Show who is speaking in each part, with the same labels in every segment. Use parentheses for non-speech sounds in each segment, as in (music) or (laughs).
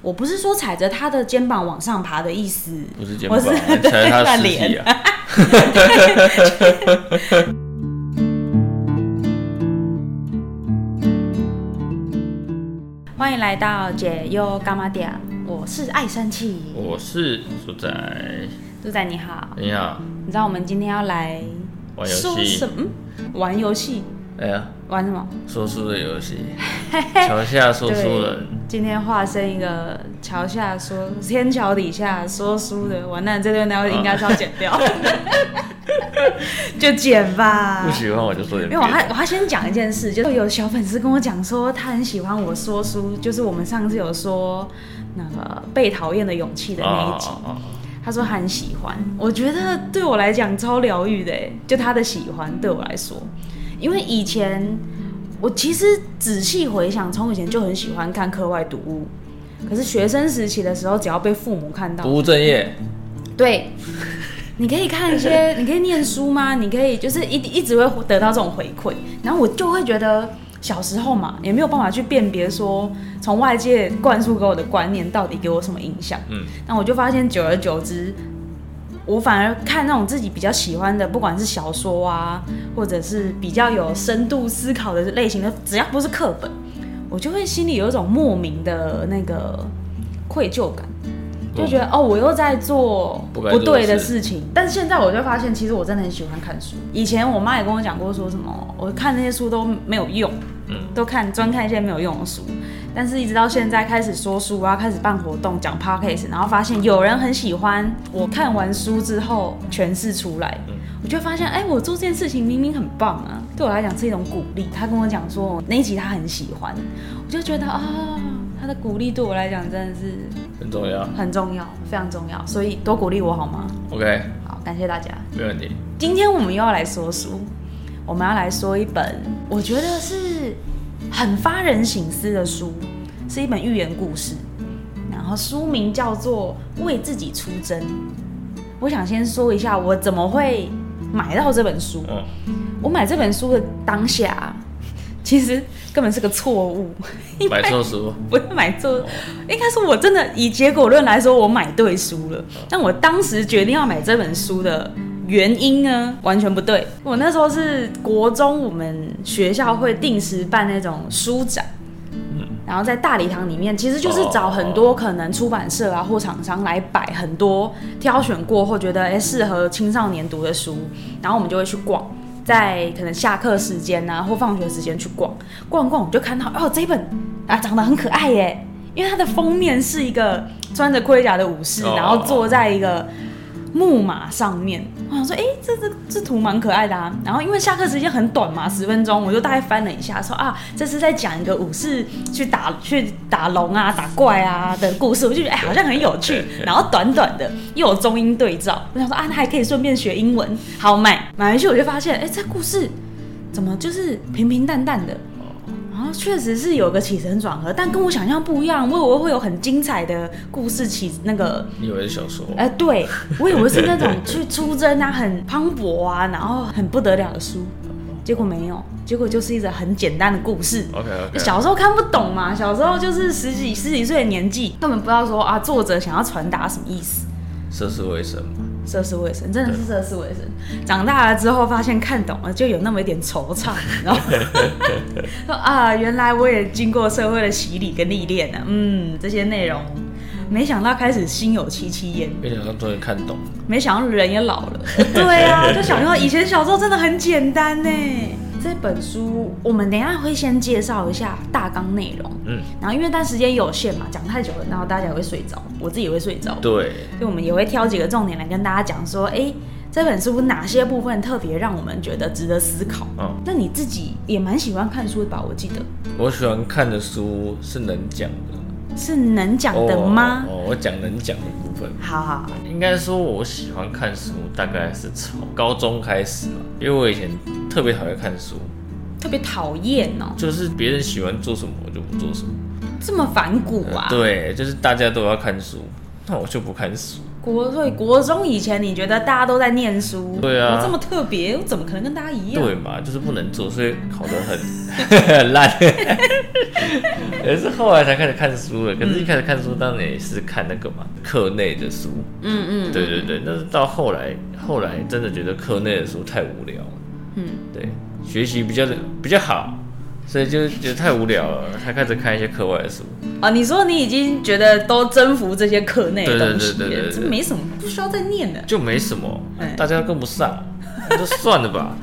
Speaker 1: 我不是说踩着他的肩膀往上爬的意思，
Speaker 2: 不是肩
Speaker 1: 我 (laughs)
Speaker 2: 膀，
Speaker 1: 是
Speaker 2: 踩
Speaker 1: 对
Speaker 2: 着他的
Speaker 1: 他
Speaker 2: 尸
Speaker 1: 脸
Speaker 2: 体啊。
Speaker 1: 欢迎来到解忧干妈店，我是爱生气，
Speaker 2: 我是住在，
Speaker 1: 杜仔你好。
Speaker 2: 你好，
Speaker 1: 你知道我们今天要来
Speaker 2: 玩游
Speaker 1: 说
Speaker 2: 戏
Speaker 1: 什。么？嗯玩游戏？
Speaker 2: 哎呀，
Speaker 1: 玩什么？
Speaker 2: 说书的
Speaker 1: (laughs)
Speaker 2: 游戏，桥下说书人。
Speaker 1: 今天化身一个桥下说天桥底下说书的，完蛋，这段呢应该是要剪
Speaker 2: (laughs)
Speaker 1: 掉， (laughs) 就剪吧
Speaker 2: 不。喜欢我就说点
Speaker 1: 因
Speaker 2: 别
Speaker 1: 为我还
Speaker 2: 的。啊
Speaker 1: 我还先讲一件事，就是有小粉丝跟我讲说，他很喜欢我说书，就是我们上次有说那个被讨厌的勇气的那一集，
Speaker 2: 哦哦哦
Speaker 1: 他说他很喜欢，我觉得对我来讲超疗愈的耶，就他的喜欢对我来说，因为以前我其实仔细回想，从以前就很喜欢看课外读物，可是学生时期的时候，只要被父母看到
Speaker 2: 不，务正业，
Speaker 1: 对，你可以看一些，你可以念书吗？你可以就是一一直会得到这种回馈，然后我就会觉得小时候嘛，也没有办法去辨别说从外界灌输给我的观念到底给我什么影响。
Speaker 2: 嗯，
Speaker 1: 那我就发现久而久之。我反而看那种自己比较喜欢的，不管是小说啊，或者是比较有深度思考的类型的，只要不是课本，我就会心里有一种莫名的那个愧疚感，就觉得、哦，我又在做
Speaker 2: 不该做
Speaker 1: 不
Speaker 2: 的
Speaker 1: 对的
Speaker 2: 事
Speaker 1: 事情。但是现在我就发现，其实我真的很喜欢看书。以前我妈也跟我讲过，说什么我看那些书都没有用，
Speaker 2: 嗯
Speaker 1: 都看专看一些没有用的书。但是一直到现在开始说书啊，开始办活动、讲 podcast，然后发现有人很喜欢我看完书之后诠释出来，我就发现，哎、我做这件事情明明很棒啊，对我来讲是一种鼓励。他跟我讲说那一集他很喜欢，我就觉得啊、他的鼓励对我来讲真的是
Speaker 2: 很重要。
Speaker 1: 很重要，非常重要，所以多鼓励我好吗？
Speaker 2: OK，
Speaker 1: 好，感谢大家。
Speaker 2: 没问题。
Speaker 1: 今天我们又要来说书，我们要来说一本我觉得是很发人省思的书，是一本寓言故事，然后书名叫做《为自己出征》。我想先说一下我怎么会买到这本书。
Speaker 2: 嗯，
Speaker 1: 我买这本书的当下，其实根本是个错误。
Speaker 2: 买错书，
Speaker 1: (laughs) 不是买错，应该说我真的以结果论来说，我买对书了。但我当时决定要买这本书的原因呢，完全不对。我那时候是国中，我们学校会定时办那种书展。然后在大礼堂里面，其实就是找很多可能出版社啊或厂商来摆很多挑选过或觉得哎适合青少年读的书，然后我们就会去逛，在可能下课时间啊或放学时间去逛，逛逛我就看到哦这一本啊长得很可爱耶，因为它的封面是一个穿着盔甲的武士，
Speaker 2: 哦
Speaker 1: 然后坐在一个。木马上面，我想说，哎、这这这图蛮可爱的啊。然后因为下课时间很短嘛，十分钟，我就大概翻了一下，说啊，这是在讲一个武士去打去打龙啊、打怪啊的故事，我就觉得哎、好像很有趣
Speaker 2: 对。对
Speaker 1: 然后短短的又有中英对照，我想说啊，那还可以顺便学英文，好买买回去我就发现，哎、这故事怎么就是平平淡淡的，然后啊确实是有个起承转合，但跟我想象不一样，我以为会有很精彩的故事起那个
Speaker 2: 你以为是小说？
Speaker 1: 哎、对我以为是那种去出征啊，很磅礴啊，然后很不得了的书，结果没有，结果就是一个很简单的故事。
Speaker 2: OK OK，
Speaker 1: 小时候看不懂嘛，小时候就是十几十几岁的年纪，根本不知道说啊作者想要传达什么意思。
Speaker 2: 涉世未深嘛。
Speaker 1: 涉世未深，真的是涉世未深。长大了之后发现看懂了，就有那么一点惆怅，然后说啊，原来我也经过社会的洗礼跟历练呢、嗯，这些内容，没想到开始心有戚戚焉。
Speaker 2: 没想到终于看懂，
Speaker 1: 没想到人也老了。对啊，就想到以前小时候真的很简单呢。这本书我们等一下会先介绍一下大纲内容，
Speaker 2: 嗯，
Speaker 1: 然后因为但时间有限嘛，讲太久了，然后大家也会睡着，我自己也会睡着，所
Speaker 2: 对，
Speaker 1: 以我们也会挑几个重点来跟大家讲说，哎，这本书哪些部分特别让我们觉得值得思考？
Speaker 2: 嗯，
Speaker 1: 那你自己也蛮喜欢看书的吧？我记得
Speaker 2: 我喜欢看的书是能讲的，
Speaker 1: 是能讲的吗？
Speaker 2: 哦，哦哦我讲能讲的部分。
Speaker 1: 好好好，
Speaker 2: 应该说，我喜欢看书大概是从高中开始吧，因为我以前特别讨厌看书，
Speaker 1: 特别讨厌哦，
Speaker 2: 就是别人喜欢做什么我就不做什么。
Speaker 1: 这么反骨啊！
Speaker 2: 对，就是大家都要看书，那我就不看书。
Speaker 1: 国所以国中以前，你觉得大家都在念书，
Speaker 2: 对啊
Speaker 1: 我这么特别，我怎么可能跟大家一样？
Speaker 2: 对嘛，就是不能做，所以考得很很 (laughs) 烂。也是后来才开始看书的，可是一开始看书当然也是看那个嘛，课内的书。
Speaker 1: 嗯嗯，
Speaker 2: 对对对，但是到后来，后来真的觉得课内的书太无聊了。
Speaker 1: 嗯，
Speaker 2: 对，学习比较比较好，所以就觉得太无聊了，才开始看一些课外的书。
Speaker 1: 啊，你说你已经觉得都征服这些课内的东西
Speaker 2: 对对对对
Speaker 1: 了，
Speaker 2: 对
Speaker 1: 这
Speaker 2: 对
Speaker 1: 没什么，不需要再念的。
Speaker 2: 就没什么
Speaker 1: 哎，
Speaker 2: 大家都跟不上，那就算了
Speaker 1: (laughs)
Speaker 2: 吧，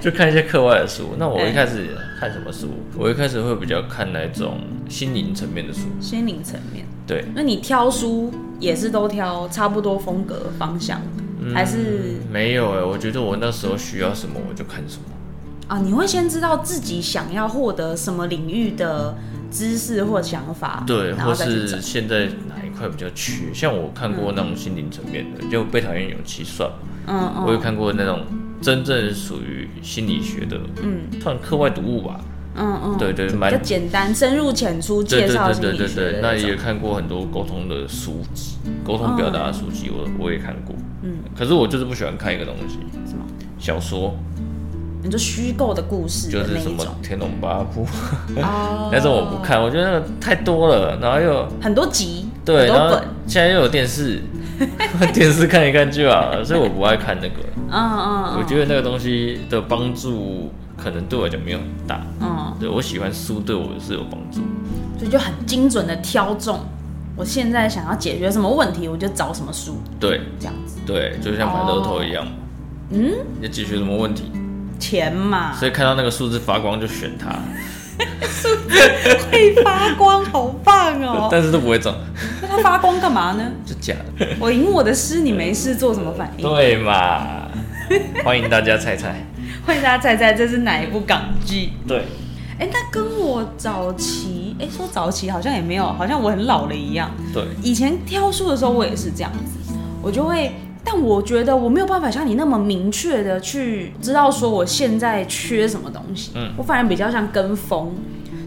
Speaker 2: 就看一些课外的书。那我一开始看什么书？
Speaker 1: 哎
Speaker 2: 我一开始会比较看那种心灵层面的书，
Speaker 1: 心灵层面，
Speaker 2: 对，
Speaker 1: 那你挑书也是都挑差不多风格方向，
Speaker 2: 嗯
Speaker 1: 还是
Speaker 2: 没有哎、我觉得我那时候需要什么我就看什么。
Speaker 1: 啊？你会先知道自己想要获得什么领域的知识或想法，
Speaker 2: 对，
Speaker 1: 然
Speaker 2: 或
Speaker 1: 后再去嗯找
Speaker 2: 是现在哪一块比较缺？像我看过那种心灵层面的，就《被讨厌勇气》算了，
Speaker 1: 嗯
Speaker 2: 我
Speaker 1: 嗯
Speaker 2: 有看过那种真正属于心理学的，
Speaker 1: 嗯
Speaker 2: 算课外读物吧。
Speaker 1: 嗯嗯，
Speaker 2: 对对，
Speaker 1: 比较
Speaker 2: 蛮
Speaker 1: 简单，深入浅出
Speaker 2: 对
Speaker 1: 介
Speaker 2: 对
Speaker 1: 绍
Speaker 2: 对
Speaker 1: 心
Speaker 2: 对
Speaker 1: 理
Speaker 2: 对
Speaker 1: 学的，
Speaker 2: 对那
Speaker 1: 那
Speaker 2: 也
Speaker 1: 种。哦
Speaker 2: 看过很多沟通的书籍，沟通表达的书籍，我我也看过。嗯，可是我就是不喜欢看一个东西，
Speaker 1: 什么？
Speaker 2: 小说
Speaker 1: 你就虚构的故事
Speaker 2: 就
Speaker 1: 的
Speaker 2: 是
Speaker 1: 那
Speaker 2: 什
Speaker 1: 一
Speaker 2: 么
Speaker 1: 种
Speaker 2: 《天龙八部》 (laughs)
Speaker 1: 哦
Speaker 2: 但是我不看，我觉得那个太多了，然后又
Speaker 1: 很多集，
Speaker 2: 对，
Speaker 1: 很
Speaker 2: 然
Speaker 1: 多
Speaker 2: 后
Speaker 1: 本，
Speaker 2: 现在又有
Speaker 1: (laughs)
Speaker 2: 电视，电视看一看就好了，所以我不爱看那个。
Speaker 1: 嗯嗯，
Speaker 2: 我觉得那个东西的帮助可能对我来讲没有很大。
Speaker 1: 嗯，
Speaker 2: 对我喜欢书，对我是有帮助。
Speaker 1: 嗯所以就很精准的挑中，我现在想要解决什么问题，我就找什么书
Speaker 2: 对
Speaker 1: 这样子，
Speaker 2: 对，就像买乐透一
Speaker 1: 哦
Speaker 2: 样嘛。嗯，要解决什么问题？
Speaker 1: 钱嘛
Speaker 2: 所以看到那个数字发光就选它，
Speaker 1: 会发光，好棒哦！
Speaker 2: 但是都不会中，
Speaker 1: 那它发光干嘛呢？
Speaker 2: 就假
Speaker 1: (laughs)
Speaker 2: 的。
Speaker 1: 我赢我的诗，你没事做什么反应？
Speaker 2: 对啊
Speaker 1: (laughs)
Speaker 2: 嘛？欢迎大家猜猜。
Speaker 1: 欢迎大家猜猜这是哪一部港剧？
Speaker 2: 对，
Speaker 1: 哎、那跟我早期，哎、说早期好像也没有，好像我很老了一样。
Speaker 2: 对，
Speaker 1: 以前挑书的时候，我也是这样子，我就会，但我觉得我没有办法像你那么明确的去知道说我现在缺什么东西。
Speaker 2: 嗯，
Speaker 1: 我反而比较像跟风，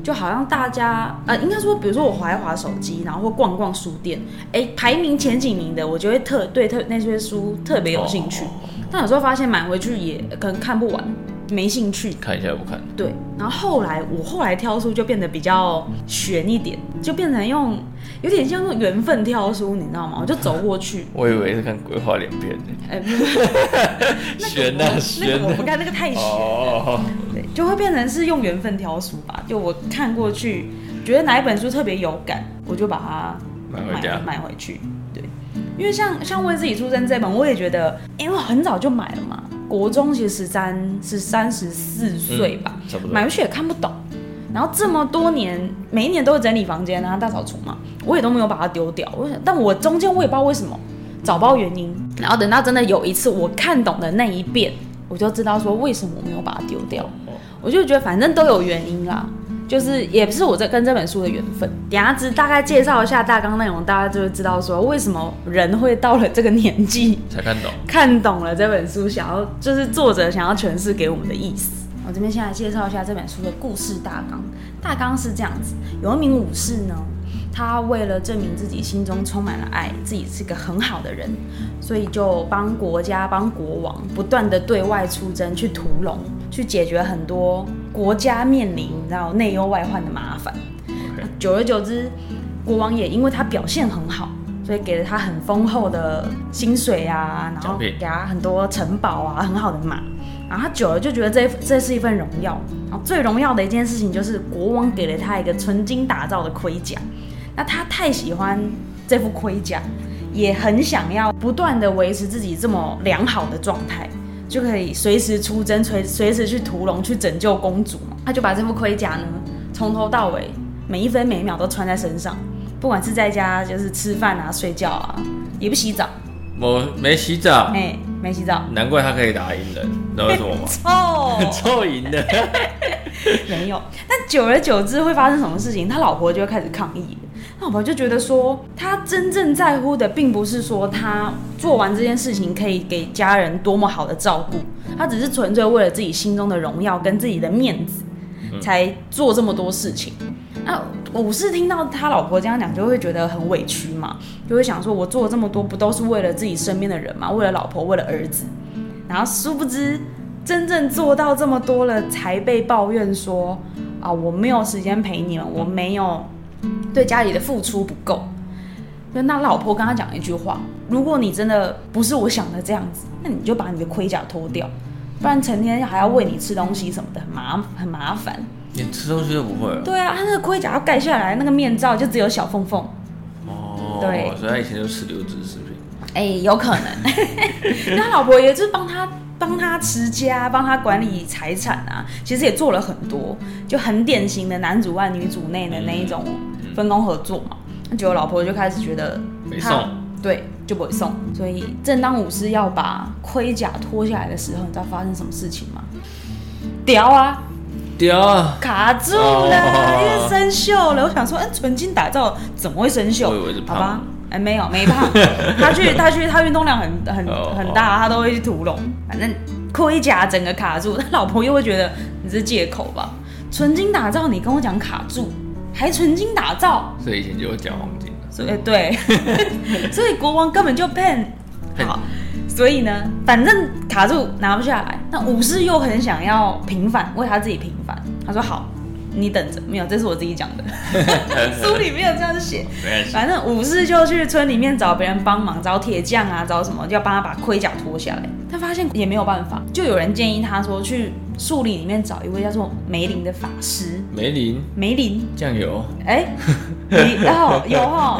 Speaker 1: 就好像大家呃，应该说，比如说我划一划手机，然后或逛逛书店，哎、排名前几名的，我就会特对特那些书特别有兴趣。
Speaker 2: 哦
Speaker 1: 但有时候发现买回去也可能看不完，没兴趣。
Speaker 2: 看一下不看。，
Speaker 1: 对，然后后来我后来挑书就变得比较悬一点，就变成用有点像用缘分挑书，你知道吗？我就走过去
Speaker 2: (laughs) 我以为是看鬼话连篇呢。
Speaker 1: 哎、不是
Speaker 2: 悬
Speaker 1: 那个我
Speaker 2: 啊
Speaker 1: 那
Speaker 2: 悬
Speaker 1: 个我不
Speaker 2: 啊！
Speaker 1: 看那个太悬，
Speaker 2: 哦，
Speaker 1: 对，就会变成是用缘分挑书吧。就我看过去，觉得哪一本书特别有感，我就把它
Speaker 2: 买回家
Speaker 1: 买回去。对，因为像像为自己出生这本，我也觉得，因为我很早就买了嘛，国中其实十三十三十四岁吧，
Speaker 2: 差不多
Speaker 1: 买。回去也看不懂。然后这么多年，每一年都会整理房间啊，大扫除嘛，我也都没有把它丢掉。我想，但我中间我也不知道为什么，找不到原因。然后等到真的有一次我看懂的那一遍，我就知道说为什么我没有把它丢
Speaker 2: 哦
Speaker 1: 掉。我就觉得反正都有原因啦，就是也不是我在跟这本书的缘分。等一下只大概介绍一下大纲内容，大家就会知道说为什么人会到了这个年纪
Speaker 2: 才看懂。
Speaker 1: 看懂了这本书，想要就是作者想要诠释给我们的意思。我这边先来介绍一下这本书的故事大纲。大纲是这样子：有一名武士呢，他为了证明自己心中充满了爱，自己是个很好的人，所以就帮国家、帮国王不断的对外出征，去屠龙，去解决很多国家面临你知道内忧外患的麻烦。
Speaker 2: OK，
Speaker 1: 久而久之，国王也因为他表现很好，所以给了他很丰厚的薪水啊，然后
Speaker 2: 奖品
Speaker 1: 给他很多城堡啊，很好的马。然后他久了就觉得这一这是一份荣耀。然后最荣耀的一件事情就是国王给了他一个纯金打造的盔甲。那他太喜欢这副盔甲，也很想要不断的维持自己这么良好的状态，就可以随时出征，随随时去屠龙，去拯救公主嘛。他就把这副盔甲呢，从头到尾每一分每一秒都穿在身上，不管是在家就是吃饭啊、睡觉啊，也不洗澡，
Speaker 2: 我没洗澡
Speaker 1: 哎、，没洗澡，
Speaker 2: 难怪他可以打赢人，你知道为什么
Speaker 1: (laughs)
Speaker 2: 吗？
Speaker 1: 哦，
Speaker 2: 臭赢 (laughs) 的。
Speaker 1: (laughs) 没有。但久而久之会发生什么事情？他老婆就会开始抗议。他老婆就觉得说，他真正在乎的并不是说他做完这件事情可以给家人多么好的照顾，他只是纯粹为了自己心中的荣耀跟自己的面子，才做这么多事情。那武士听到他老婆这样讲，就会觉得很委屈嘛，就会想说，我做了这么多，不都是为了自己身边的人嘛，为了老婆，为了儿子。然后殊不知，真正做到这么多了，才被抱怨说啊，我没有时间陪你们，我没有对家里的付出不够。就那老婆跟他讲一句话：如果你真的不是我想的这样子，那你就把你的盔甲脱掉，不然成天还要喂你吃东西什么的，很麻很麻烦。
Speaker 2: 连吃东西都不会啊
Speaker 1: 对啊，他那个盔甲要盖下来，那个面罩就只有小缝缝。
Speaker 2: 哦。
Speaker 1: 对
Speaker 2: 所以他以前就吃流质食品，
Speaker 1: 哎、有可
Speaker 2: (laughs)
Speaker 1: 能。那他老婆也是帮他帮他持家，帮他管理财产啊，其实也做了很多，就很典型的男主外女主内的那一种
Speaker 2: 嗯
Speaker 1: 分工合作嘛。那结果老婆就开始觉得
Speaker 2: 没
Speaker 1: 他
Speaker 2: 送。
Speaker 1: 对，就不会送。所以正当武士要把盔甲脱下来的时候，你知道发生什么事情吗？屌啊！
Speaker 2: 屌啊！
Speaker 1: 卡住
Speaker 2: 哦
Speaker 1: 了，因为生锈了。我想说，嗯，纯金打造怎么会生锈？
Speaker 2: 我以为是
Speaker 1: 好
Speaker 2: 胖
Speaker 1: 吧，哎，没有，没
Speaker 2: (laughs)
Speaker 1: 胖。他去，他去，他运动量很很
Speaker 2: 哦
Speaker 1: 很大，他都会去屠龙。反正盔甲整个卡住，他老婆又会觉得你是借口吧？纯金打造，你跟我讲卡住，还纯金打造，
Speaker 2: 所以以前就会讲黄金了。
Speaker 1: 所以哎
Speaker 2: (laughs)
Speaker 1: 对，所以国王根本就骗。
Speaker 2: 骗 (laughs)
Speaker 1: 好，所以呢，反正卡住拿不下来，那武士又很想要平反，为他自己平反。他说好，你等着，没有，这是我自己讲的，书里没有这样写。
Speaker 2: 没关系，
Speaker 1: 反正武士就去村里面找别人帮忙，找铁匠啊，找什么，要帮他把盔甲脱下来。他发现也没有办法，就有人建议他说去树林里面找一位叫做梅林的法师。
Speaker 2: 梅林
Speaker 1: 梅林
Speaker 2: 酱油，
Speaker 1: 哎、你哦有哦，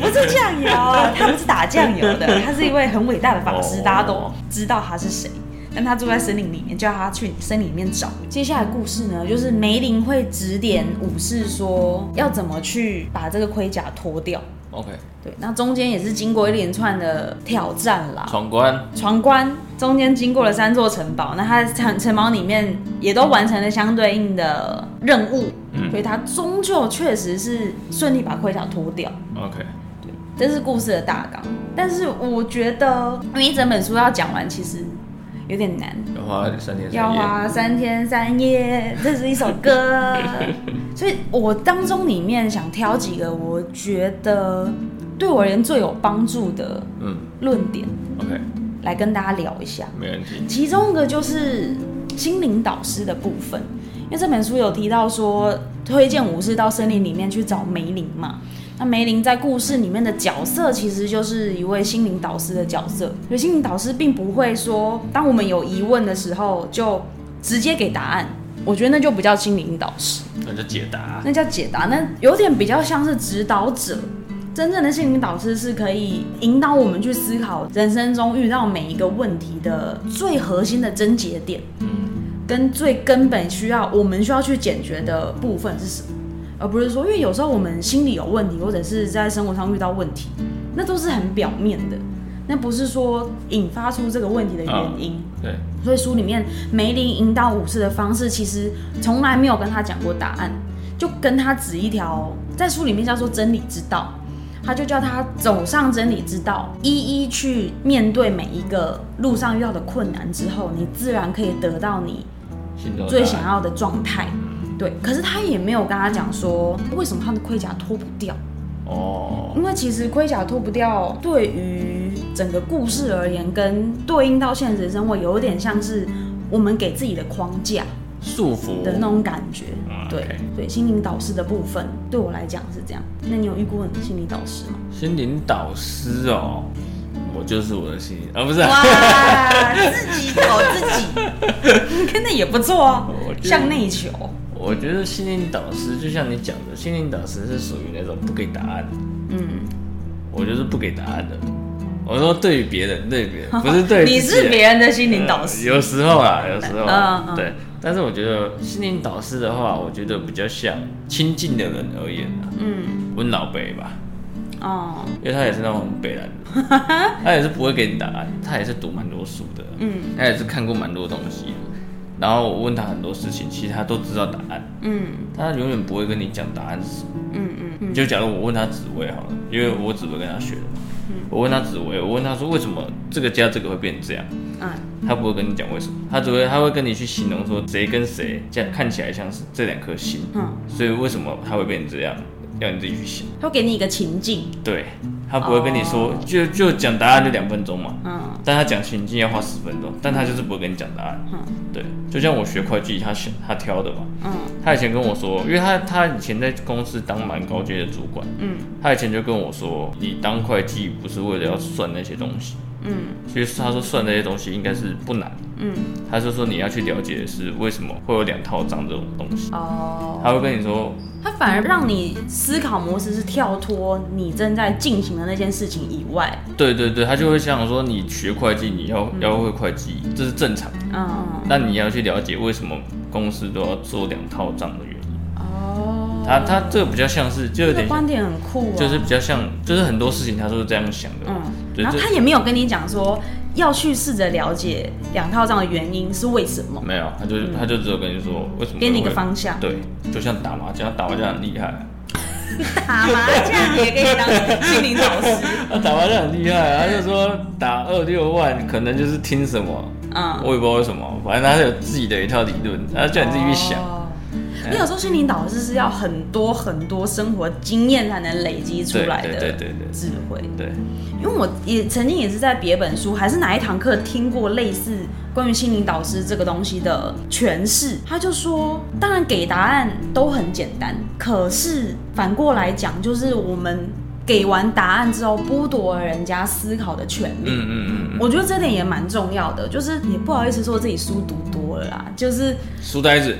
Speaker 1: 不是酱油，他不是打酱油的，他是一位很伟大的法师，
Speaker 2: 哦
Speaker 1: 大家都知道他是谁。但他住在森林里面，叫他去森林里面找。接下来故事呢，就是梅林会指点武士说要怎么去把这个盔甲脱掉。
Speaker 2: OK，
Speaker 1: 对，那中间也是经过一连串的挑战啦，
Speaker 2: 闯关，
Speaker 1: 闯关中间经过了三座城堡，那他在城城堡里面也都完成了相对应的任务，
Speaker 2: 嗯
Speaker 1: 所以他终究确实是顺利把盔甲脱掉。
Speaker 2: ，OK，
Speaker 1: 这是故事的大纲，但是我觉得，因为一整本书要讲完，其实有点难，
Speaker 2: 要花三天
Speaker 1: 要
Speaker 2: 三夜，
Speaker 1: 花三天三夜，这是一首歌，所以我当中里面想挑几个我觉得对我而言最有帮助的
Speaker 2: 嗯
Speaker 1: 论点
Speaker 2: ，OK，
Speaker 1: 来跟大家聊一下。
Speaker 2: 没问题，
Speaker 1: 其中一个就是心灵导师的部分，因为这本书有提到说，推荐武士到森林里面去找梅林嘛。那梅林在故事里面的角色，其实就是一位心灵导师的角色。所以心灵导师并不会说，当我们有疑问的时候，就直接给答案。我觉得那就不叫心灵导师，
Speaker 2: 那就解答，
Speaker 1: 那叫解答，那有点比较像是指导者。真正的心灵导师是可以引导我们去思考人生中遇到每一个问题的最核心的症结点，
Speaker 2: 嗯，
Speaker 1: 跟最根本需要我们需要去解决的部分是什么，而不是说，因为有时候我们心里有问题，或者是在生活上遇到问题，那都是很表面的，那不是说引发出这个问题的原因。
Speaker 2: 对，
Speaker 1: 所以书里面梅林引导武士的方式，其实从来没有跟他讲过答案，就跟他指一条，在书里面叫做真理之道，他就叫他走上真理之道，一一去面对每一个路上遇到的困难之后，你自然可以得到你
Speaker 2: 心中的
Speaker 1: 最
Speaker 2: 答
Speaker 1: 想
Speaker 2: 案，嗯
Speaker 1: 要的状态。对，可是他也没有跟他讲说为什么他的盔甲脱不掉，
Speaker 2: 哦，
Speaker 1: 因为其实盔甲脱不掉，对于整个故事而言，跟对应到现实生活，有点像是我们给自己的框架
Speaker 2: 束缚
Speaker 1: 的那种感觉。
Speaker 2: 嗯
Speaker 1: 对
Speaker 2: OK
Speaker 1: 对，心灵导师的部分对我来讲是这样。那你有遇过你的心理导师吗？
Speaker 2: 心灵导师哦，我就是我的心灵啊，不是啊，
Speaker 1: 哇，自
Speaker 2: (laughs)
Speaker 1: 己搞自己， (laughs) 真的也不错哦
Speaker 2: 我，觉得
Speaker 1: 向内求。
Speaker 2: 我觉得心灵导师就像你讲的，心灵导师是属于那种不给答案，
Speaker 1: 嗯，
Speaker 2: 我就是不给答案的。我说对于别人，对于别人，不是对
Speaker 1: 你
Speaker 2: 自己
Speaker 1: 是别人的心灵导师。
Speaker 2: 呃有时候啊，有时候啊、
Speaker 1: 嗯嗯
Speaker 2: 对。但是我觉得心灵导师的话，我觉得比较像亲近的人而言啊，
Speaker 1: 嗯，
Speaker 2: 温老北吧，嗯
Speaker 1: 哦，
Speaker 2: 因为他也是那种很北
Speaker 1: (laughs)
Speaker 2: 人，他也是不会给你答案，他也是读蛮多书的，
Speaker 1: 嗯
Speaker 2: 他也是看过蛮多东西的。然后我问他很多事情，其实他都知道答案，
Speaker 1: 嗯
Speaker 2: 他永远不会跟你讲答案是什么。
Speaker 1: 嗯嗯嗯，
Speaker 2: 就假如我问他紫薇好了，因为我紫薇跟他学的嘛，
Speaker 1: 嗯
Speaker 2: 我问他紫薇，我问他说为什么这个加这个会变成这样，
Speaker 1: 嗯，
Speaker 2: 他不会跟你讲为什么，他只会他会跟你去形容说谁跟谁这样看起来像是这两颗星，
Speaker 1: 嗯，
Speaker 2: 所以为什么他会变成这样，要你自己去想。
Speaker 1: 他会给你一个情境，
Speaker 2: 对，他不会跟你说，
Speaker 1: 哦
Speaker 2: 就就讲答案就两分钟嘛，
Speaker 1: 嗯
Speaker 2: 但他讲情境要花十分钟，但他就是不会跟你讲答案。
Speaker 1: 嗯
Speaker 2: 对，就像我学会计，他选他挑的嘛，
Speaker 1: 嗯
Speaker 2: 他以前跟我说，因为他他以前在公司当蛮高阶的主管，
Speaker 1: 嗯
Speaker 2: 他以前就跟我说，你当会计不是为了要算那些东西，
Speaker 1: 嗯
Speaker 2: 其实他说算那些东西应该是不难，
Speaker 1: 嗯，
Speaker 2: 他就说你要去了解的是为什么会有两套账这种东西，
Speaker 1: 哦，
Speaker 2: 他会跟你说，
Speaker 1: 它反而让你思考模式是跳脱你正在进行的那件事情以外，
Speaker 2: 对对对，他就会想说你学会计你要要会会计，这是正常的。
Speaker 1: 嗯
Speaker 2: 那你要去了解为什么公司都要做两套账的原因。
Speaker 1: 哦，
Speaker 2: 他他这个比较像是，就
Speaker 1: 这个
Speaker 2: 有点像
Speaker 1: 观点很酷啊，
Speaker 2: 就是比较像，就是很多事情他都是这样想的。
Speaker 1: 嗯，
Speaker 2: 对
Speaker 1: 然后
Speaker 2: 这
Speaker 1: 他也没有跟你讲说要去试着了解两套账的原因是为什么，
Speaker 2: 没有，他就他就只有跟你说为什么。
Speaker 1: 给你一个。方向。
Speaker 2: 对，就像打麻将，打麻将很厉害，
Speaker 1: (laughs) 打麻将也可以当心灵导
Speaker 2: (laughs)
Speaker 1: 师，
Speaker 2: 他打麻将很厉害，啊他就说打二六万可能就是听什么，
Speaker 1: 嗯，
Speaker 2: 我也不知道为什么，反正他有自己的一套理论，他叫你自己去想。哎
Speaker 1: 哦那有时候心灵导师是要很多很多生活经验才能累积出
Speaker 2: 对
Speaker 1: 来
Speaker 2: 对对
Speaker 1: 的
Speaker 2: 对
Speaker 1: 智慧，
Speaker 2: 对对，
Speaker 1: 因为我也曾经也是在别本书还是哪一堂课听过类似关于心灵导师这个东西的诠释，他就说，当然给答案都很简单，可是反过来讲，就是我们给完答案之后，剥夺了人家思考的权利。
Speaker 2: 嗯嗯嗯
Speaker 1: 我觉得这点也蛮重要的，就是也不好意思说自己书读多了啦，就是
Speaker 2: 嗯，书呆子。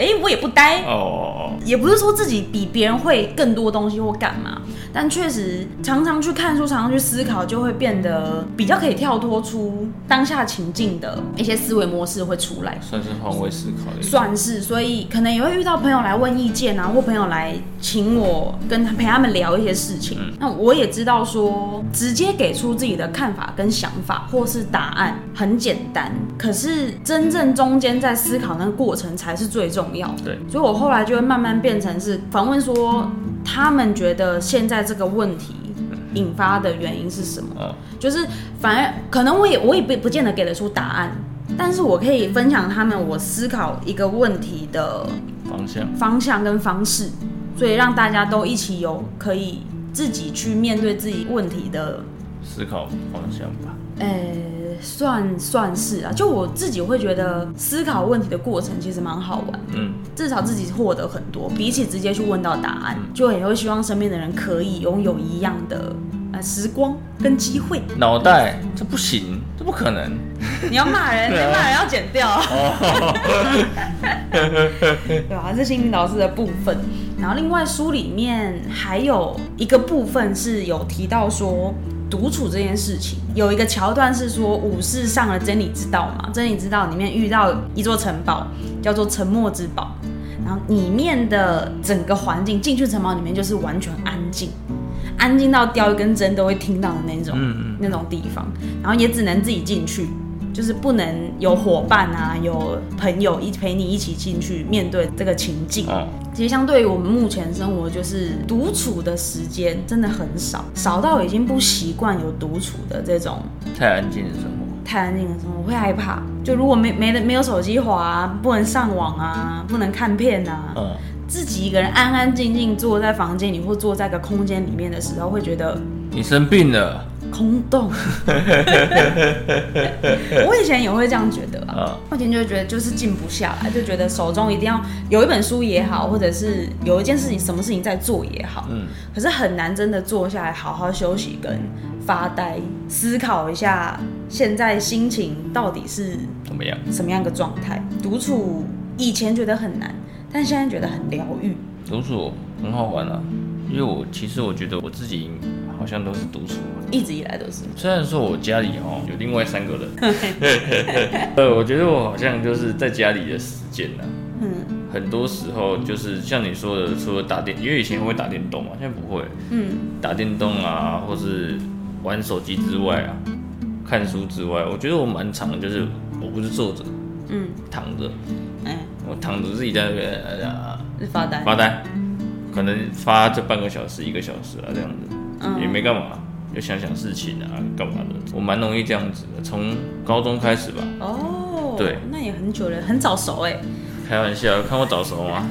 Speaker 1: 哎、我也不呆，
Speaker 2: 哦哦
Speaker 1: 也不是说自己比别人会更多东西或干嘛，但确实常常去看书，常常去思考，就会变得比较可以跳脱出当下情境的一些思维模式会出来
Speaker 2: 哦，，算是换位思考的一个。
Speaker 1: 算是，所以可能也会遇到朋友来问意见啊，或朋友来请我跟他陪他们聊一些事情。那我也知道说，直接给出自己的看法跟想法或是答案很简单，可是真正中间在思考那个过程才是最重要的。
Speaker 2: 对，
Speaker 1: 所以我后来就会慢慢变成是反问说，他们觉得现在这个问题引发的原因是什么？
Speaker 2: 哦
Speaker 1: 就是反而可能我也我也不不见得给得出答案，但是我可以分享他们我思考一个问题的
Speaker 2: 方向。
Speaker 1: 方向跟方式，所以让大家都一起有可以自己去面对自己问题的，
Speaker 2: 思考方向吧。
Speaker 1: 呃、算算是啊，就我自己会觉得思考问题的过程其实蛮好玩，
Speaker 2: 嗯，
Speaker 1: 至少自己获得很多，比起直接去问到答案，就也会希望身边的人可以拥有一样的呃时光跟机会。
Speaker 2: 嗯脑袋这不行，这不可能。
Speaker 1: (laughs) 你要骂人，
Speaker 2: 对啊哦
Speaker 1: 你骂人要剪掉。 (laughs) 对啊，这是心灵导师的部分。然后另外书里面还有一个部分是有提到说。独处这件事情有一个桥段是说武士上了真理之道嘛，真理之道里面遇到一座城堡叫做沉默之堡，然后里面的整个环境进去城堡里面就是完全安静，安静到掉一根针都会听到的那种，
Speaker 2: 嗯
Speaker 1: 那种地方，然后也只能自己进去，就是不能有伙伴啊，有朋友一陪你一起进去面对这个情境。
Speaker 2: 哦，
Speaker 1: 其实相对于我们目前生活，就是独处的时间真的很少，少到已经不习惯有独处的这种
Speaker 2: 太安静的生活。
Speaker 1: 太安静的生活，会害怕。就如果没没得没有手机滑、啊，不能上网啊，不能看片啊，
Speaker 2: 嗯，
Speaker 1: 自己一个人安安静静坐在房间里或坐在一个空间里面的时候，会觉得
Speaker 2: 你生病了
Speaker 1: 空洞。我以前也会这样觉得啊，
Speaker 2: 啊？
Speaker 1: 我以前就会觉得就是静不下来，就觉得手中一定要有一本书也好，或者是有一件事情、什么事情在做也好，
Speaker 2: 嗯，
Speaker 1: 可是很难真的坐下来好好休息跟发呆，思考一下现在心情到底是
Speaker 2: 怎么样？
Speaker 1: 什么样一个状态。独处以前觉得很难，但现在觉得很疗愈。
Speaker 2: 独处很好玩啊，因为我其实我觉得我自己好像都是独处。
Speaker 1: 一直以来都是，
Speaker 2: 虽然说我家里哦有另外三个
Speaker 1: (laughs)
Speaker 2: 人， (laughs) 对，我觉得我好像就是在家里的时间呢、啊，
Speaker 1: 嗯
Speaker 2: 很多时候就是像你说的，除了打电，因为以前会打电动嘛，现在不会。
Speaker 1: 嗯
Speaker 2: 打电动啊，或是玩手机之外啊，看书之外，我觉得我蛮长的，就是我不是坐着
Speaker 1: 嗯，
Speaker 2: 躺着，
Speaker 1: 哎、
Speaker 2: 我躺着自己在那边哎呀
Speaker 1: 是发呆。
Speaker 2: 发呆，可能发这半个小时一个小时啊这样子，也没干嘛，又想想事情啊，干嘛的，我蛮容易这样子的，从高中开始吧，
Speaker 1: 哦，
Speaker 2: 对，
Speaker 1: 那也很久了，很早熟哎、
Speaker 2: 开玩笑，看我早熟吗？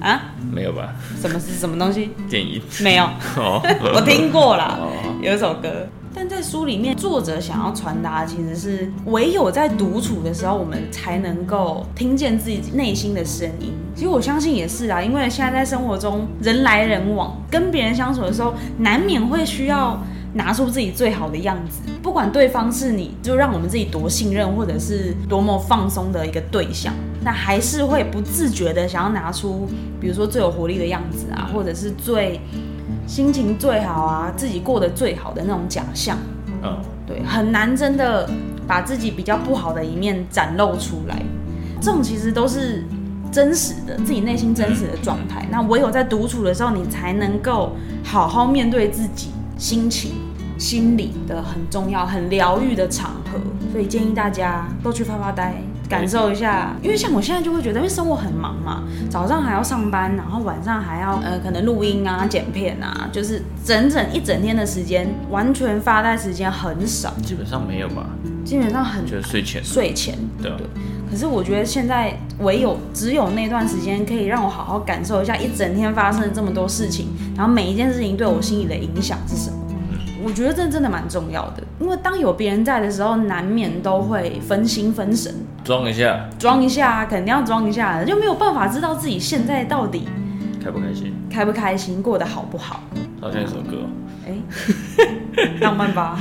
Speaker 1: 啊，
Speaker 2: 没有吧？
Speaker 1: 什么是什么东西？
Speaker 2: 电影 (laughs)
Speaker 1: 没有，
Speaker 2: 哦 (laughs)
Speaker 1: (laughs) 我听过啦，
Speaker 2: 哦
Speaker 1: 有一首歌。但在书里面，作者想要传达的其实是，唯有在独处的时候，我们才能够听见自己内心的声音。其实我相信也是啊，因为现在在生活中人来人往，跟别人相处的时候，难免会需要拿出自己最好的样子，不管对方是你，就让我们自己多信任，或者是多么放松的一个对象，那还是会不自觉的想要拿出，比如说最有活力的样子啊，或者是最心情最好啊，自己过得最好的那种假象，
Speaker 2: 嗯，
Speaker 1: 对，很难真的把自己比较不好的一面展露出来。这种其实都是真实的，自己内心真实的状态。那唯有在独处的时候，你才能够好好面对自己心情、心理的很重要、很疗愈的场合。所以建议大家都去发发呆。感受一下，因为像我现在就会觉得，因为生活很忙嘛，早上还要上班，然后晚上还要呃可能录音啊、剪片啊，就是整整一整天的时间，完全发呆时间很少，
Speaker 2: 基本上没有吧，
Speaker 1: 基本上很
Speaker 2: 就是睡前，
Speaker 1: 睡前
Speaker 2: 对啊吧？
Speaker 1: 可是我觉得现在唯有只有那段时间可以让我好好感受一下一整天发生了这么多事情，然后每一件事情对我心里的影响是什么。我觉得这真的蛮重要的，因为当有别人在的时候，难免都会分心分神，
Speaker 2: 装一下，
Speaker 1: 装一下啊肯定要装一下的，就没有办法知道自己现在到底
Speaker 2: 开不开心？
Speaker 1: 开不开心，过得好不好。
Speaker 2: 好像一首歌哦，
Speaker 1: 哎、浪漫吧？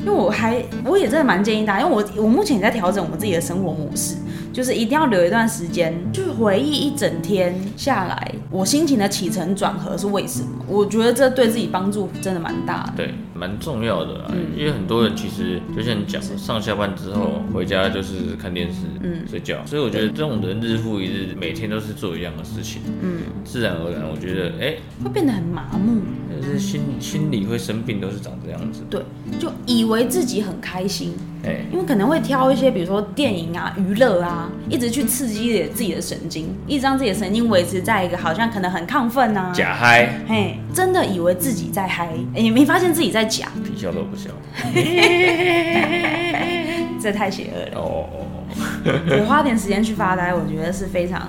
Speaker 1: 因为我还我也真的蛮建议大家，因为我我目前也在调整我自己的生活模式，就是一定要留一段时间去回忆一整天下来，我心情的起承转合是为什么？我觉得这对自己帮助真的蛮大的。
Speaker 2: 对，蛮重要的啦。
Speaker 1: 嗯
Speaker 2: 因为很多人其实就像你讲，上下班之后回家就是看电视、
Speaker 1: 嗯
Speaker 2: 睡觉，所以我觉得这种人日复一日，每天都是做一样的事情，
Speaker 1: 嗯，
Speaker 2: 自然而然，我觉得哎，
Speaker 1: 会变得很麻木，
Speaker 2: 但是心心理会生病，都是长这样子，
Speaker 1: 对，就以为自己很开心，
Speaker 2: 哎，
Speaker 1: 因为可能会挑一些，比如说电影啊、娱乐啊，一直去刺激自己的神经，一直让自己的神经维持在一个好像可能很亢奋啊，
Speaker 2: 假嗨，
Speaker 1: 嘿，真的以为自己在嗨，也没发现自己在假，
Speaker 2: 皮笑肉不笑。
Speaker 1: 这太邪恶了。
Speaker 2: 哦哦哦哦， (laughs)
Speaker 1: 我花点时间去发呆，我觉得是非常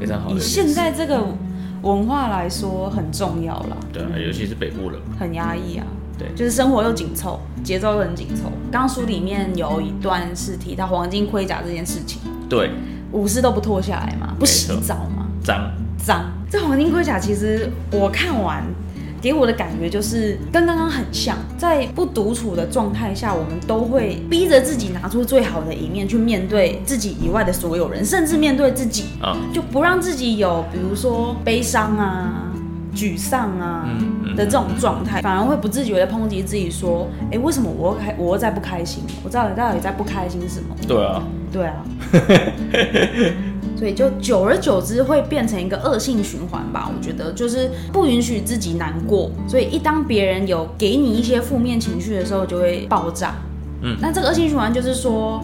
Speaker 2: 非常好的
Speaker 1: 以
Speaker 2: 一件
Speaker 1: 现
Speaker 2: 事。
Speaker 1: 在这个文化来说很重要啦，
Speaker 2: 对啊，尤其是北部人嘛，
Speaker 1: 很压抑啊。
Speaker 2: 对
Speaker 1: 就是生活又紧凑，节奏又很紧凑。刚刚书里面有一段是提到黄金盔甲这件事情，
Speaker 2: 对，
Speaker 1: 武士都不脱下来嘛，不洗
Speaker 2: 没错
Speaker 1: 澡嘛，
Speaker 2: 脏，
Speaker 1: 脏。这黄金盔甲其实我看完。给我的感觉就是跟刚刚很像，在不独处的状态下，我们都会逼着自己拿出最好的一面去面对自己以外的所有人，甚至面对自己，
Speaker 2: 啊
Speaker 1: 就不让自己有比如说悲伤啊、沮丧啊
Speaker 2: 嗯嗯
Speaker 1: 的这种状态，反而会不自觉的抨击自己说：“哎，为什么我又开我又在不开心？我到底到底在不开心什么？”
Speaker 2: 对啊，
Speaker 1: 对啊， (laughs) 所以就久而久之会变成一个恶性循环吧。我觉得就是不允许自己难过，所以一当别人有给你一些负面情绪的时候，就会爆炸。
Speaker 2: 嗯，
Speaker 1: 那这个恶性循环就是说，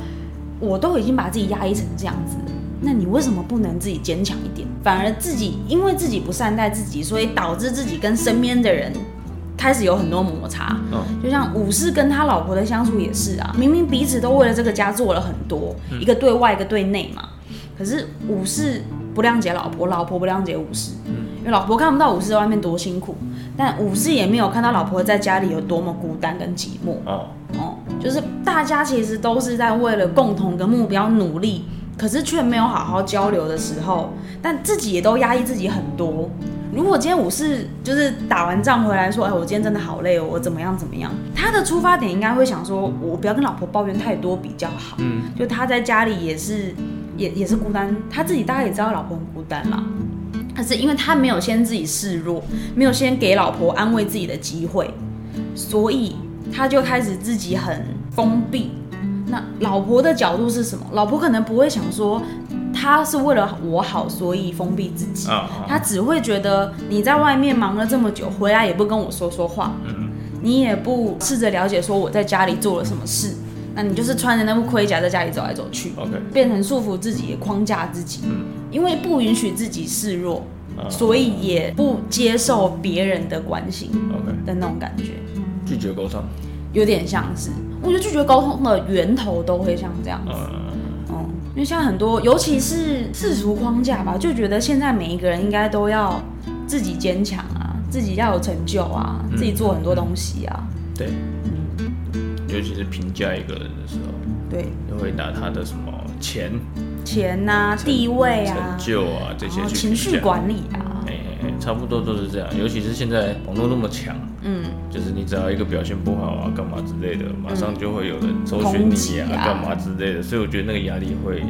Speaker 1: 我都已经把自己压抑成这样子了。那你为什么不能自己坚强一点？反而自己因为自己不善待自己，所以导致自己跟身边的人开始有很多摩擦。
Speaker 2: 嗯，
Speaker 1: 就像武士跟他老婆的相处也是啊，明明彼此都为了这个家做了很多，一个对外，一个对内嘛。可是武士不谅解老婆，老婆不谅解武士，因为老婆看不到武士在外面多辛苦，但武士也没有看到老婆在家里有多么孤单跟寂寞。
Speaker 2: 哦，
Speaker 1: 哦，就是大家其实都是在为了共同的目标努力，可是却没有好好交流的时候，但自己也都压抑自己很多。如果今天我是就是打完仗回来说，哎，我今天真的好累哦，我怎么样怎么样？他的出发点应该会想说，我不要跟老婆抱怨太多比较好。
Speaker 2: 嗯，
Speaker 1: 就他在家里也是也也是孤单，他自己大概也知道老婆很孤单啦。可是因为他没有先自己示弱，没有先给老婆安慰自己的机会，所以他就开始自己很封闭。那老婆的角度是什么？老婆可能不会想说他是为了我好，所以封闭自己。
Speaker 2: 啊啊，
Speaker 1: 他只会觉得你在外面忙了这么久，回来也不跟我说说话，
Speaker 2: 嗯
Speaker 1: 你也不试着了解说我在家里做了什么事，那你就是穿着那副盔甲在家里走来走去，
Speaker 2: OK，
Speaker 1: 变成束缚自己、框架自己，因为不允许自己示弱，
Speaker 2: 嗯
Speaker 1: 所以也不接受别人的关心
Speaker 2: OK，
Speaker 1: 的那种感觉，
Speaker 2: 拒绝沟通，
Speaker 1: 有点像是。我觉得拒绝沟通的源头都会像这样子，
Speaker 2: 嗯，
Speaker 1: 嗯，因为现在很多，尤其是世俗框架吧，就觉得现在每一个人应该都要自己坚强啊，自己要有成就啊，
Speaker 2: 嗯
Speaker 1: 自己做很多东西啊，
Speaker 2: 对，嗯尤其是评价一个人的时候，
Speaker 1: 对，
Speaker 2: 就会拿他的什么钱、
Speaker 1: 钱啊，地位啊
Speaker 2: 成，就啊这
Speaker 1: 然
Speaker 2: 些
Speaker 1: 后
Speaker 2: 去
Speaker 1: 情绪
Speaker 2: 评价
Speaker 1: 管理啊，
Speaker 2: 哎、哎哎差不多都是这样，尤其是现在网络那么强，
Speaker 1: 嗯，
Speaker 2: 就是你只要一个表现不好啊，干嘛之类的，马上就会有人搜寻
Speaker 1: 攻击
Speaker 2: 你啊，
Speaker 1: 啊
Speaker 2: 干嘛之类的，所以我觉得那个压力会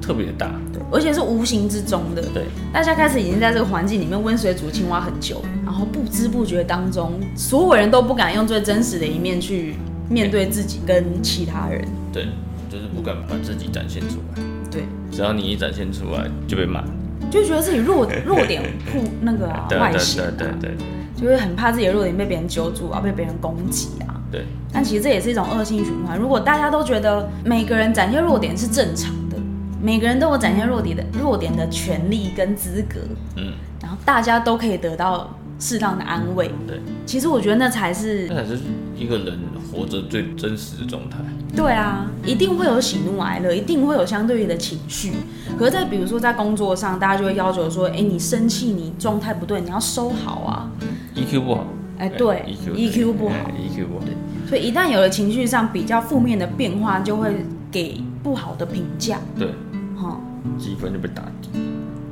Speaker 2: 特别大。
Speaker 1: 对，而且是无形之中的，
Speaker 2: 对，
Speaker 1: 大家开始已经在这个环境里面温水煮青蛙很久，然后不知不觉当中，所有人都不敢用最真实的一面去面对自己跟其他人，
Speaker 2: 对，就是不敢把自己展现出来，
Speaker 1: 对，
Speaker 2: 只要你一展现出来就被骂。
Speaker 1: 就觉得自己弱弱点曝那个啊
Speaker 2: 对
Speaker 1: 外显
Speaker 2: 对对
Speaker 1: 啊，
Speaker 2: 对对
Speaker 1: 就会很怕自己的弱点被别人揪住啊，被别人攻击啊。
Speaker 2: 对，
Speaker 1: 但其实这也是一种恶性循环。如果大家都觉得每个人展现弱点是正常的，每个人都有展现弱点的弱点的权利跟资格，
Speaker 2: 嗯，
Speaker 1: 然后大家都可以得到适当的安慰，
Speaker 2: 对，
Speaker 1: 其实我觉得那才是
Speaker 2: 这才是一个人活着最真实的状态。
Speaker 1: 对啊，一定会有喜怒哀乐，一定会有相对应的情绪。可是，在比如说在工作上，大家就会要求说，哎、你生气，你状态不对，你要收好啊。
Speaker 2: EQ E 不好，
Speaker 1: 哎对
Speaker 2: ，EQ
Speaker 1: EQ 不好
Speaker 2: E 哎，EQ 不好，
Speaker 1: 所以，一旦有了情绪上比较负面的变化，就会给不好的评价。
Speaker 2: 对，
Speaker 1: 哈、
Speaker 2: 积分就被打低，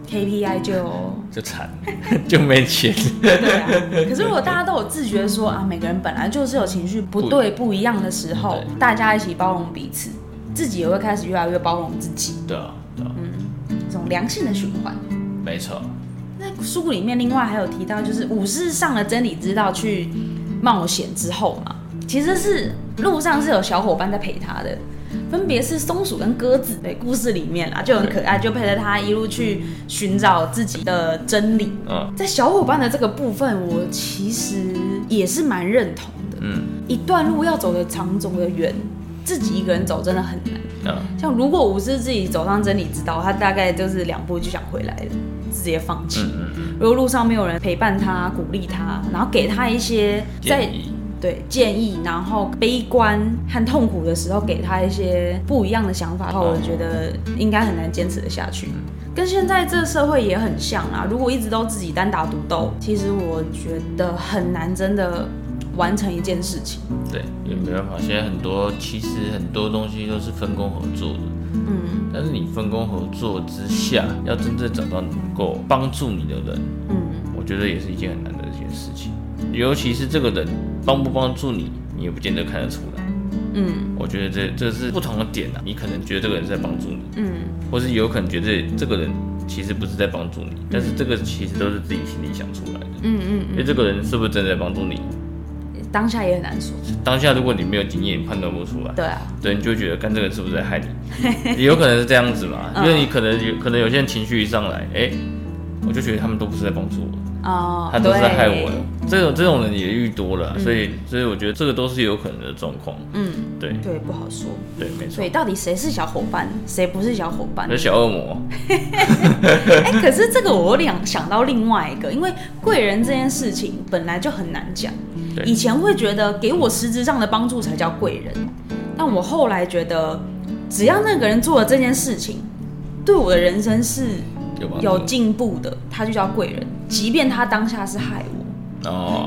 Speaker 1: KPI 就
Speaker 2: 就惨， (laughs) 就没钱。
Speaker 1: 对啊。可是，如果大家都有自觉说啊，每个人本来就是有情绪不对、不一样的时候，
Speaker 2: 对
Speaker 1: 大家一起包容彼此，自己也会开始越来越包容自己，
Speaker 2: 对啊，对啊，
Speaker 1: 嗯这种良性的循环。
Speaker 2: 没错，
Speaker 1: 在书里面，另外还有提到，就是武士上了真理之道去冒险之后嘛，其实是路上是有小伙伴在陪他的，分别是松鼠跟鸽子。对，故事里面啊就很可爱，就陪着他一路去寻找自己的真理。
Speaker 2: 嗯
Speaker 1: 在小伙伴的这个部分，我其实也是蛮认同的。
Speaker 2: 嗯
Speaker 1: 一段路要走的长，走的远，自己一个人走真的很难。
Speaker 2: 啊，
Speaker 1: 像如果武士自己走上真理之道，他大概就是两步就想回来了，直接放弃。
Speaker 2: 嗯嗯，
Speaker 1: 如果路上没有人陪伴他、鼓励他，然后给他一些在
Speaker 2: 建议
Speaker 1: 对建议，然后悲观和痛苦的时候给他一些不一样的想法的话，
Speaker 2: 嗯
Speaker 1: 我觉得应该很难坚持的下去。跟现在这社会也很像啦，如果一直都自己单打独斗，其实我觉得很难真的完成一件事情。
Speaker 2: 对，也没办法。现在很多其实很多东西都是分工合作的，
Speaker 1: 嗯
Speaker 2: 但是你分工合作之下，要真正找到能够帮助你的人，
Speaker 1: 嗯，
Speaker 2: 我觉得也是一件很难的一件事情。尤其是这个人帮不帮助你，你也不见得看得出来。
Speaker 1: 嗯
Speaker 2: 我觉得这这是不同的点啊，你可能觉得这个人是在帮助你，
Speaker 1: 嗯，
Speaker 2: 或是有可能觉得这个人其实不是在帮助你，但是这个其实都是自己心里想出来的。
Speaker 1: 嗯嗯
Speaker 2: 因为这个人是不是真的在帮助你？
Speaker 1: 当下也很难说。
Speaker 2: 当下如果你没有经验，你判断不出来，
Speaker 1: 对啊，
Speaker 2: 对，你就会觉得干这个人是不是在害你？也有可能是这样子嘛，因
Speaker 1: (laughs) 嗯
Speaker 2: 为你可能有可能有些人情绪一上来，哎、我就觉得他们都不是在帮助我，
Speaker 1: 哦，
Speaker 2: 他都是在害我
Speaker 1: 对
Speaker 2: 的。这种这种人也遇多了啊，所以所以我觉得这个都是有可能的状况。
Speaker 1: 嗯，
Speaker 2: 对
Speaker 1: 对，不好说。
Speaker 2: 对，没错
Speaker 1: 所以。到底谁是小伙伴，谁不是小伙伴
Speaker 2: 那？小恶魔，
Speaker 1: 哎、
Speaker 2: 嗯
Speaker 1: 可是这个我两想到另外一个，因为贵人这件事情本来就很难讲。
Speaker 2: 对
Speaker 1: 以前会觉得给我实质上的帮助才叫贵人，但我后来觉得，只要那个人做了这件事情，对我的人生是
Speaker 2: 有吗？
Speaker 1: 有进步的，他就叫贵人。即便他当下是害我，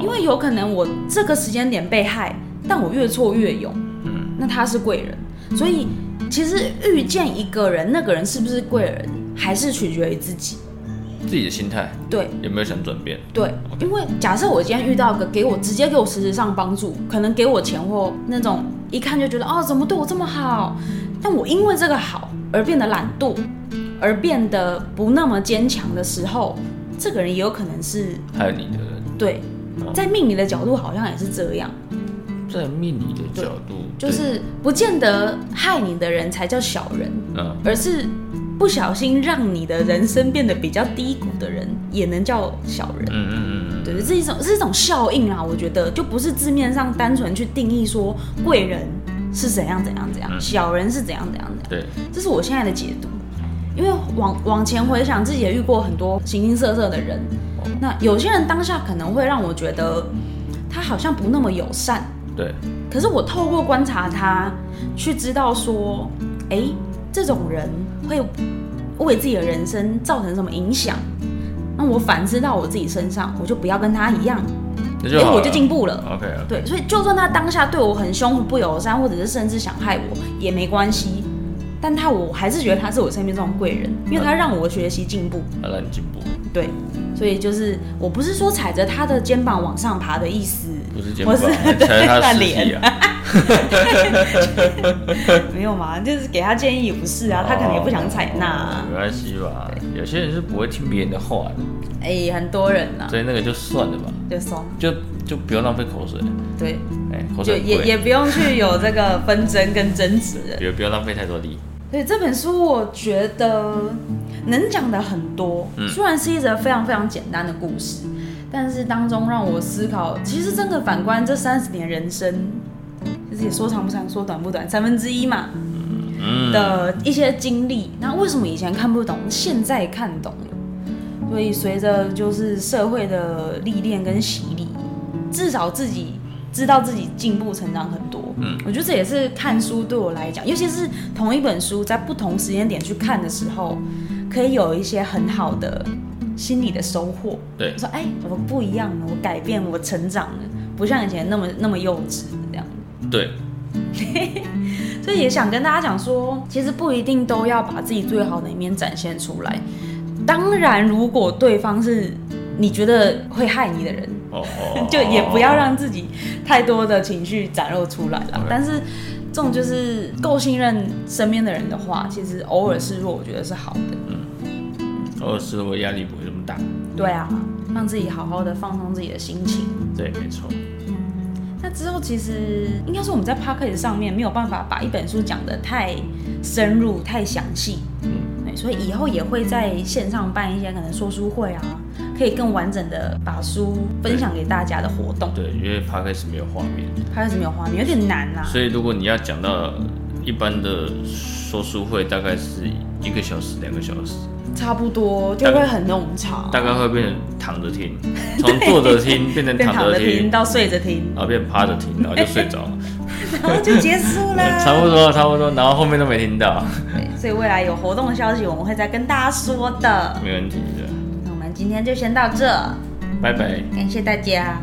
Speaker 1: 因
Speaker 2: 哦，
Speaker 1: 为有可能我这个时间点被害，但我越挫越勇，
Speaker 2: 嗯，
Speaker 1: 那他是贵人，所以其实遇见一个人，那个人是不是贵人，还是取决于自己。
Speaker 2: 自己的心态
Speaker 1: 对
Speaker 2: 有没有想转变？
Speaker 1: 对，因为假设我今天遇到一个给我直接给我实质上帮助，可能给我钱或那种一看就觉得哦怎么对我这么好，但我因为这个好而变得懒惰，而变得不那么坚强的时候，这个人也有可能是
Speaker 2: 害你的人，
Speaker 1: 对，在命理的角度好像也是这样，
Speaker 2: 在命理的角度，
Speaker 1: 就
Speaker 2: 对，
Speaker 1: 是不见得害你的人才叫小人，
Speaker 2: 嗯，
Speaker 1: 而是不小心让你的人生变得比较低谷的人，也能叫小人。
Speaker 2: 嗯嗯嗯嗯，
Speaker 1: 对，是一种是一种效应啦。我觉得就不是字面上单纯去定义说贵人是怎样怎样怎样，小人是怎样怎样怎样，
Speaker 2: 对，
Speaker 1: 这是我现在的解读。因为往往前回想，自己也遇过很多形形色色的人。那有些人当下可能会让我觉得他好像不那么友善，
Speaker 2: 对，
Speaker 1: 可是我透过观察他，去知道说，哎、这种人会为自己的人生造成什么影响。那我反思到我自己身上，我就不要跟他一样，
Speaker 2: 那
Speaker 1: 哎、
Speaker 2: 就好了。
Speaker 1: 我就进步了。
Speaker 2: OK，
Speaker 1: 对，所以就算他当下对我很凶、不友善，或者是甚至想害我，也没关系。但他，我还是觉得他是我身边这种贵人，因为他让我学习进步。
Speaker 2: 好了，你进步，
Speaker 1: 对，所以就是我不是说踩着他的肩膀往上爬的意思，
Speaker 2: 不是肩
Speaker 1: 我
Speaker 2: 膀，
Speaker 1: 是
Speaker 2: 踩他的
Speaker 1: 对
Speaker 2: 尸体啊。
Speaker 1: 没有嘛，就是给他建议也不是
Speaker 2: 哦
Speaker 1: 啊，他可能也不想采纳、啊。
Speaker 2: 没关系吧？有些人是不会听别人的话的，
Speaker 1: 哎、很多人呐、啊，
Speaker 2: 所以那个就算了吧，
Speaker 1: 就松，
Speaker 2: 就就不要浪费口水，
Speaker 1: 对，
Speaker 2: 哎，口
Speaker 1: 就
Speaker 2: 水很
Speaker 1: 也也
Speaker 2: 贵，
Speaker 1: 不用去有这个纷争跟争执了。
Speaker 2: 也不要浪费太多力。
Speaker 1: 对这本书，我觉得能讲的很多。
Speaker 2: 嗯
Speaker 1: 虽然是一则非常非常简单的故事，但是当中让我思考，其实真的反观这三十年人生，就是也说长不长，说短不短，三分之一嘛
Speaker 2: 嗯，
Speaker 1: 的一些经历。那为什么以前看不懂，现在看懂了？所以随着就是社会的历练跟洗礼，至少自己知道自己进步成长很多。
Speaker 2: 嗯，
Speaker 1: 我觉得这也是看书对我来讲，尤其是同一本书在不同时间点去看的时候，可以有一些很好的心理的收获。
Speaker 2: 对
Speaker 1: 我说哎，我不一样了，我改变，我成长了，不像以前那么那么幼稚这样。
Speaker 2: 对，
Speaker 1: 所以也想跟大家讲说，其实不一定都要把自己最好的一面展现出来。当然，如果对方是你觉得会害你的人，，
Speaker 2: 哦哦
Speaker 1: 就也不要让自己太多的情绪展露出来啦
Speaker 2: OK。
Speaker 1: 但是这种就是够信任身边的人的话，其实偶尔示弱，我觉得是好的。
Speaker 2: 二十我压力不会这么大。
Speaker 1: 对啊，让自己好好的放松自己的心情。
Speaker 2: 对，没错。
Speaker 1: 那之后其实应该说我们在 p o c k e t 上面没有办法把一本书讲得太深入、太详细，
Speaker 2: 嗯
Speaker 1: 对，所以以后也会在线上办一些可能说书会啊，可以更完整的把书分享给大家的活动。
Speaker 2: 对，因为 podcast 没有画面，
Speaker 1: p o c k e t 没有画面，有点难啊啦、
Speaker 2: 所以如果你要讲到一般的说书会，大概是一个小时、两个小时，
Speaker 1: 差不多就会很冗长，
Speaker 2: 大概会变成躺着
Speaker 1: (laughs)
Speaker 2: 听，从坐着听变成
Speaker 1: 变躺
Speaker 2: 躺
Speaker 1: 着
Speaker 2: 着
Speaker 1: 听
Speaker 2: 听，
Speaker 1: 到睡着听，
Speaker 2: 然后变趴着听，然后就睡着
Speaker 1: (laughs)
Speaker 2: 了，
Speaker 1: 然后就结束
Speaker 2: (laughs) 差
Speaker 1: 啦。
Speaker 2: 不多差不多，然后后面都没听到，
Speaker 1: 对，所以未来有活动的消息，我们会再跟大家说的。
Speaker 2: 没问题的，
Speaker 1: 那我们今天就先到这，
Speaker 2: 拜拜。
Speaker 1: 感谢大家。